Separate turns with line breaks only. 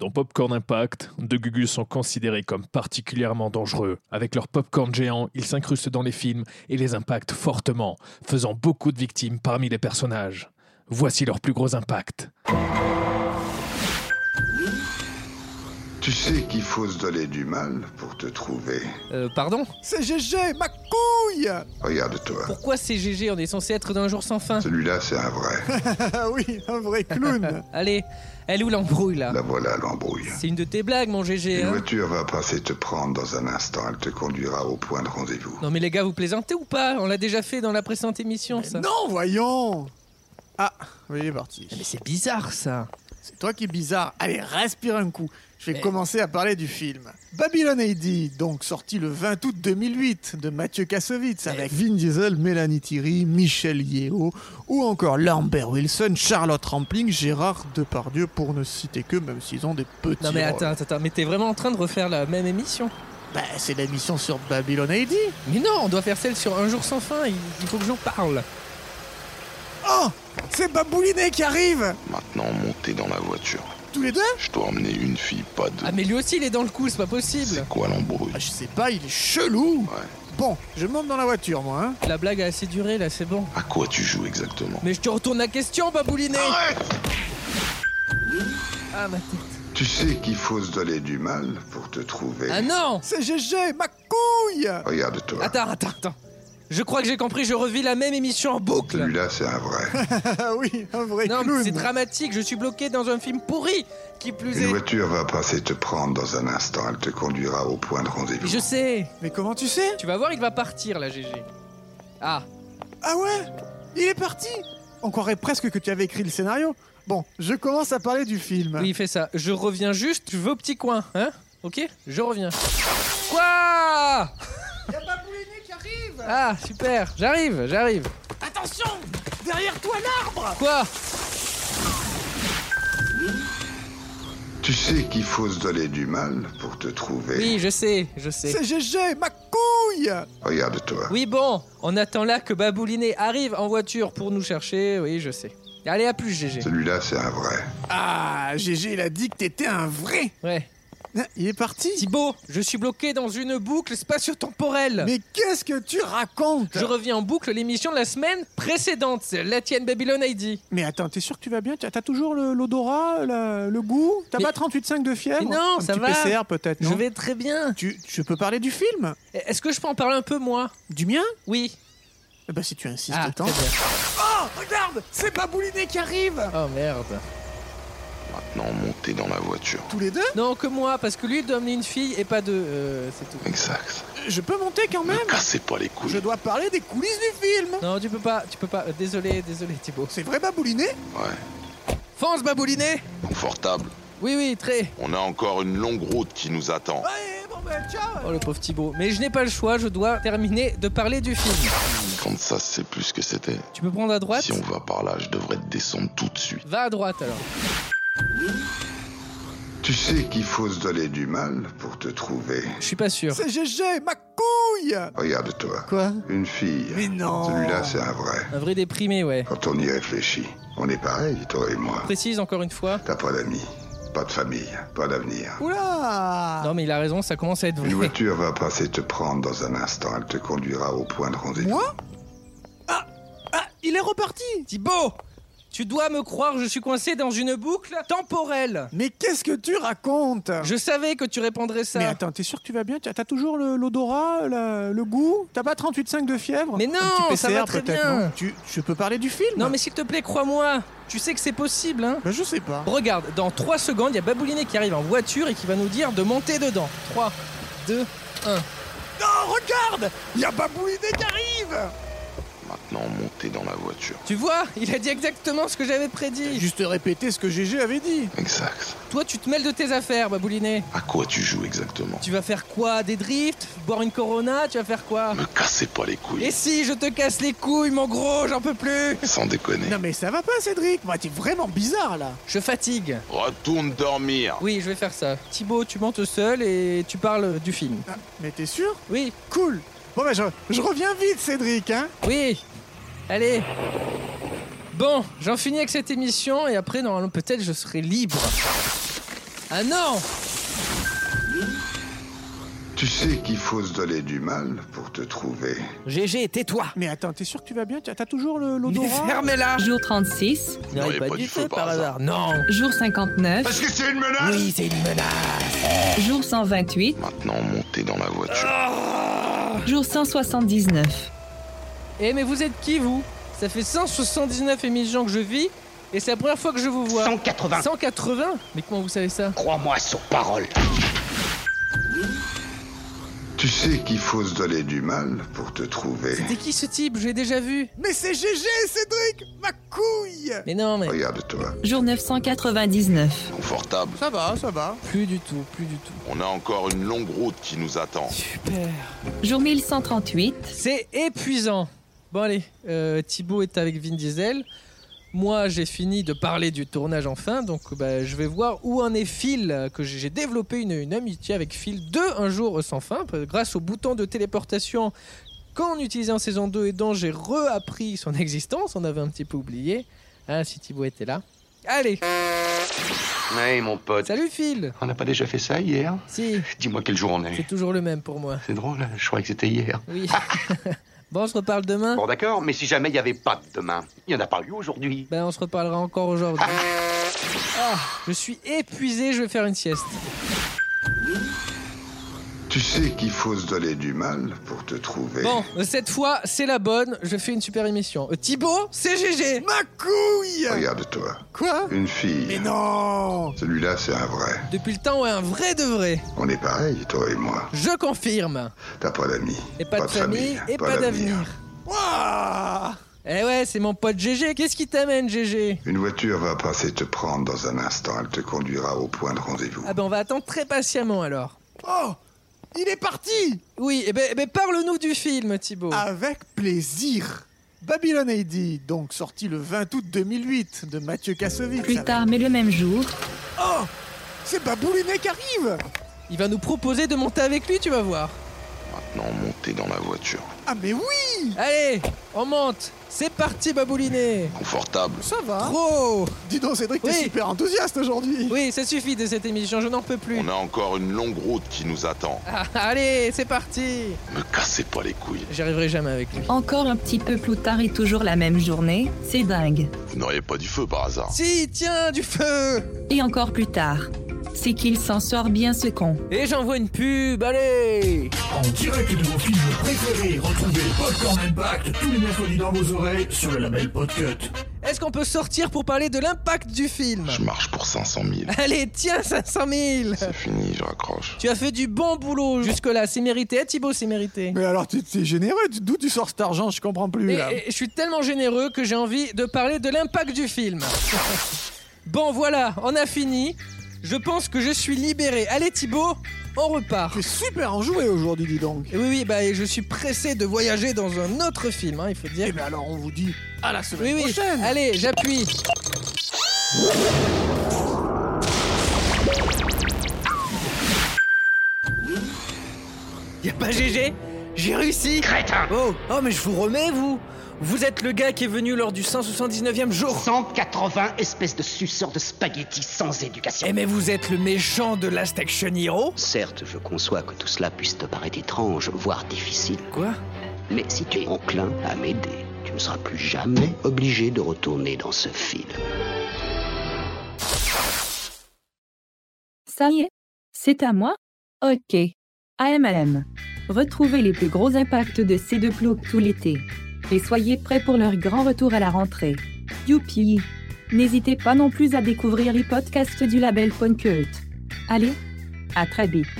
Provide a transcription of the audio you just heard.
Dans Popcorn Impact, deux Gugus sont considérés comme particulièrement dangereux. Avec leur popcorn géant, ils s'incrustent dans les films et les impactent fortement, faisant beaucoup de victimes parmi les personnages. Voici leurs plus gros impacts.
Tu sais qu'il faut se donner du mal pour te trouver.
Euh, pardon
C'est GG, ma couille Ah
Regarde-toi.
Pourquoi c'est GG On est censé être d'un jour sans fin.
Celui-là, c'est un vrai.
Ah oui, un vrai clown
Allez, elle est où l'embrouille là
La voilà l'embrouille.
C'est une de tes blagues, mon GG.
Une
hein
voiture va passer te prendre dans un instant. Elle te conduira au point de rendez-vous.
non mais les gars, vous plaisantez ou pas On l'a déjà fait dans la précédente émission, ça.
Non, voyons Ah, oui, il est parti.
Mais c'est bizarre, ça.
C'est toi qui es bizarre. Allez, respire un coup. Je vais
Mais-
commencer à parler du film. Babylon AD, donc sorti le 20 août 2008 de Mathieu Kassovitz avec Vin Diesel, Mélanie Thierry, Michel Yeo ou encore Lambert Wilson, Charlotte Rampling, Gérard Depardieu pour ne citer que, même s'ils ont des petits
Non mais
rôles.
attends, attends, mais t'es vraiment en train de refaire la même émission
Bah, c'est la mission sur Babylon AD.
Mais non, on doit faire celle sur un jour sans fin, il, il faut que j'en parle.
Oh C'est Baboulinet qui arrive
Maintenant, montez dans la voiture.
Tous les deux
Je dois emmener une fille, pas deux.
Ah mais lui aussi il est dans le coup, c'est pas possible.
C'est quoi l'embrouille
Ah, Je sais pas, il est chelou
Ouais.
Bon, je monte dans la voiture, moi, hein.
La blague a assez duré là, c'est bon.
À quoi tu joues exactement
Mais je te retourne la question, Babouliné
Arrête
Ah ma tête.
Tu sais qu'il faut se donner du mal pour te trouver.
Ah non
C'est GG, ma couille Ah,
Regarde-toi.
Attends, attends, attends. Je crois que j'ai compris, je revis la même émission en boucle.
Celui-là, c'est un vrai.
Ah oui, un vrai
Non, mais
clown
c'est dramatique, je suis bloqué dans un film pourri, qui plus
Une
est.
voiture va passer te prendre dans un instant. Elle te conduira au point de rendez-vous.
Je sais
Mais comment tu sais
Tu vas voir, il va partir là, GG. Ah,
Ah ouais Il est parti On croirait presque que tu avais écrit le scénario. Bon, je commence à parler du film.
oui, il fait ça. Je reviens juste, je veux au petit coin, hein Ok Je reviens. Quoi
Y'a Baboulinet qui arrive
Ah, super J'arrive, j'arrive.
Attention Derrière toi, l'arbre
Quoi
Tu sais qu'il faut se donner du mal pour te trouver.
Oui, je sais, je sais.
C'est GG, ma couille
Regarde-toi.
Oui, bon, on attend là que Babouliné arrive en voiture pour nous chercher, oui, je sais. Allez, à plus, GG.
Celui-là, c'est un vrai.
Ah, GG, il a dit que t'étais un vrai
Ouais.
Ah, Il est parti
Thibaut, je suis bloqué dans une boucle spatio-temporelle.
Mais qu'est-ce que tu racontes
Je reviens en boucle l'émission de la semaine précédente, c'est la tienne Babylon ID.
Mais attends, t'es sûr que tu vas bien T'as t'as toujours le- l'odorat, la- le goût T'as
Mais-
pas 38,5 de fièvre
Mais non,
Un
ça
petit
va.
PCR peut-être,
Je
non
vais très bien.
Tu, je peux parler du film
Est-ce que je peux en parler un peu moi
Du mien
Oui.
Eh ben si tu insistes
Ah,
tant.
très bien.
Oh, regarde C'est Baboulinet qui arrive
Oh merde.
Maintenant, montez dans la voiture.
Tous les deux
Non, que moi, parce que lui il doit amener une fille et pas deux. Euh, c'est tout.
Exact.
Je peux monter quand même
Ne cassez pas les couilles.
Je dois parler des coulisses du film
Non, tu peux pas, tu peux pas. Euh, Désolé, désolé Thibaut.
C'est vrai Baboulinet
Ouais.
Fonce Babouliné
Confortable.
Oui, oui, très.
On a encore une longue route qui nous attend.
Ouais, bon ben ciao
Oh le pauvre Thibaut. Mais je n'ai pas le choix, je dois terminer de parler du film.
Quand ça, c'est plus ce que c'était.
Tu peux prendre à droite
Si on va par là, je devrais te descendre tout de suite.
Va à droite alors.
Tu sais qu'il faut se donner du mal pour te trouver.
Je suis pas sûr.
C'est GG, ma couille
Regarde-toi.
Quoi
Une fille.
Mais non
Celui-là, c'est un vrai.
Un vrai déprimé, ouais.
Quand on y réfléchit, on est pareil, toi et moi.
Précise encore une fois.
T'as pas d'amis, pas de famille, pas d'avenir.
Oula
Ah. Non mais il a raison, ça commence à être
Une
vrai.
voiture va passer te prendre dans un instant. Elle te conduira au point de rendez-vous.
Moi Ah Ah, il est reparti
Thibaut Tu dois me croire, je suis coincé dans une boucle temporelle
Mais qu'est-ce que tu racontes
Je savais que tu répondrais ça
Ah. Mais attends, t'es sûr que tu vas bien T'as t'as toujours le- l'odorat, la- le goût T'as pas 38,5 de fièvre
Mais non,
Un petit
ça
PCR
va très
peut-être,
bien.
non tu, Je peux parler du film
Non mais s'il te plaît, crois-moi Tu sais que c'est possible, hein
Bah, je sais pas.
Regarde, dans 3 secondes, il y a Babouliné qui arrive en voiture et qui va nous dire de monter dedans. 3, 2...
Non, regarde Y'a Babouliné qui arrive
Maintenant, montez dans la voiture.
Tu vois, il a dit exactement ce que j'avais prédit
Juste répéter ce que GG avait dit.
Exact.
Toi, tu te mêles de tes affaires, Babouliné
À quoi tu joues exactement
Tu vas faire quoi Des drifts Boire une Corona Tu vas faire quoi
Ne cassez pas les
Et
couilles.
si je te casse les couilles, mon gros, j'en peux plus
Sans déconner.
Non mais ça va pas Cédric, moi t'es vraiment bizarre là.
Je fatigue
Retourne dormir.
Oui, je vais faire ça. Thibaut, tu montes seul et tu parles du film.
Ah, mais t'es sûr
Oui,
Cool. Bon bah je, je reviens vite Cédric hein.
oui. Allez. Bon, j'en finis avec cette émission et après, normalement, peut-être je serai libre. Ah non
Tu sais qu'il faut se donner du mal pour te trouver.
GG, tais-toi
Mais attends, t'es sûr que tu vas bien T'as t'as toujours le-
Mais
l'odorat
fermez-la
Jour 36,
Vous n'auriez pas du feu par hasard.
Non
jour 59,
Parce que c'est une menace
Oui, c'est une menace
jour 128,
Maintenant, montez dans la voiture.
jour 179.
Eh mais vous êtes qui vous Ça fait 179 émissions que je vis et c'est la première fois que je vous vois.
180,
180 Mais comment vous savez ça
crois-moi sur parole.
Tu sais qu'il faut se donner du mal pour te trouver.
C'était qui ce type Je l'ai déjà vu.
Mais c'est GG, Cédric Ma couille
Mais non mais
Regarde-toi.
Jour 999.
Confortable.
Ça va, ça va.
plus du tout, plus du tout.
On a encore une longue route qui nous attend.
Jour 1138.
C'est épuisant. Bon allez, euh, Thibaut est avec Vin Diesel. Moi, j'ai fini de parler du tournage enfin, donc bah, je vais voir où en est Phil, euh, que j'ai j'ai développé une, une amitié avec Phil 2 un jour sans fin, p- grâce au bouton de téléportation qu'en utilisant saison 2 et dans j'ai reappris son existence, on avait un petit peu oublié, hein, si Thibaut était là. Allez,
Ouais, mon pote.
salut Phil
On n'a pas déjà fait ça hier
Si,
Dis-moi quelle journée.
c'est toujours le même pour moi,
C'est drôle, hein, je croyais que c'était hier.
oui. bon, on se reparle demain
Bon, d'accord, mais si jamais il n'y avait pas de demain, il n'y en a pas eu aujourd'hui.
Ben, on se reparlera encore aujourd'hui. Ah, je suis épuisé, je vais faire une sieste.
Tu sais qu'il faut se donner du mal pour te trouver.
Bon, cette fois, c'est la bonne, je fais une super émission. Euh, Thibaut, c'est GG
Ma couille
Regarde-toi.
Quoi
Une fille.
Mais non
Celui-là, c'est un vrai.
Depuis le temps, ouais, un vrai de vrai.
On est pareil, toi et moi.
Je confirme.
T'as pas d'amis.
Et pas, de famille, et pas, d'avenir.
Ouah
Eh ouais, c'est mon pote GG. Qu'est-ce qui t'amène, GG
Une voiture va passer te prendre dans un instant. Elle te conduira au point de rendez-vous.
Ah ben, on va attendre très patiemment alors.
Oh Il est parti
Oui, eh ben, eh ben, parle-nous du film, Thibaut.
Avec plaisir Babylon AD, donc sorti le 20 août 2008 de Mathieu Kassovitz.
Plus
avec-
tard, mais le même jour,
Oh C'est Baboulinet qui arrive
Il va nous proposer de monter avec lui, tu vas voir.
Maintenant, montez dans la voiture.
Ah mais oui
Allez, on monte. C'est parti, babouliné.
Confortable.
Ça va
Trop
Dis donc Cédric, t'es
Oui.
super enthousiaste aujourd'hui
Oui, ça suffit de cette émission, je n'en peux plus.
On a encore une longue route qui nous attend.
Ah, allez, c'est parti
Me cassez pas les couilles.
J'arriverai jamais avec lui.
encore un petit peu plus tard et toujours la même journée, c'est dingue.
Vous n'auriez pas du feu par hasard.
Si, tiens, du feu
Et encore plus tard, c'est qu'il s'en sort bien ce con.
Et j'envoie une pub, allez
En direct de vos films préférés, retrouvez Popcorn Impact tous les mercredis dans vos oreilles sur le label Podcut.
Est-ce qu'on peut sortir pour parler de l'impact du film
Je marche pour 500 000.
Allez, tiens, 500 000
C'est fini, je raccroche.
Tu as fait du bon boulot jusque-là, c'est mérité, hein, Thibaut, c'est mérité.
Mais alors t'es t'es généreux, d'où tu sors cet argent, je comprends plus
Et-
là.
et- je suis tellement généreux que j'ai envie de parler de l'impact du film. bon, voilà, on a fini. Je pense que je suis libéré. Allez, Thibaut, on repart.
Tu es super enjoué aujourd'hui, dis donc.
Et oui, oui, bah, et je suis pressé de voyager dans un autre film, hein, il faut dire.
Eh bien alors on vous dit à la semaine
Oui, oui.
prochaine.
Allez, j'appuie. Y'a pas GG J'ai réussi
Crétin
Oh, oh, mais je vous remets, vous Vous êtes le gars qui est venu lors du 179e jour
180 espèces de suceurs de spaghettis sans éducation.
Eh, mais vous êtes le méchant de Last Action Hero
Certes, je conçois que tout cela puisse te paraître étrange, voire difficile,
Quoi
mais si tu es enclin à m'aider, tu ne seras plus jamais obligé de retourner dans ce film.
Ça y est, c'est à moi Ok. AMM. Retrouvez les plus gros impacts de ces deux plots tout l'été. Et soyez prêts pour leur grand retour à la rentrée. Youpi N'hésitez pas non plus à découvrir les podcasts du label Punkelt. Allez, à très vite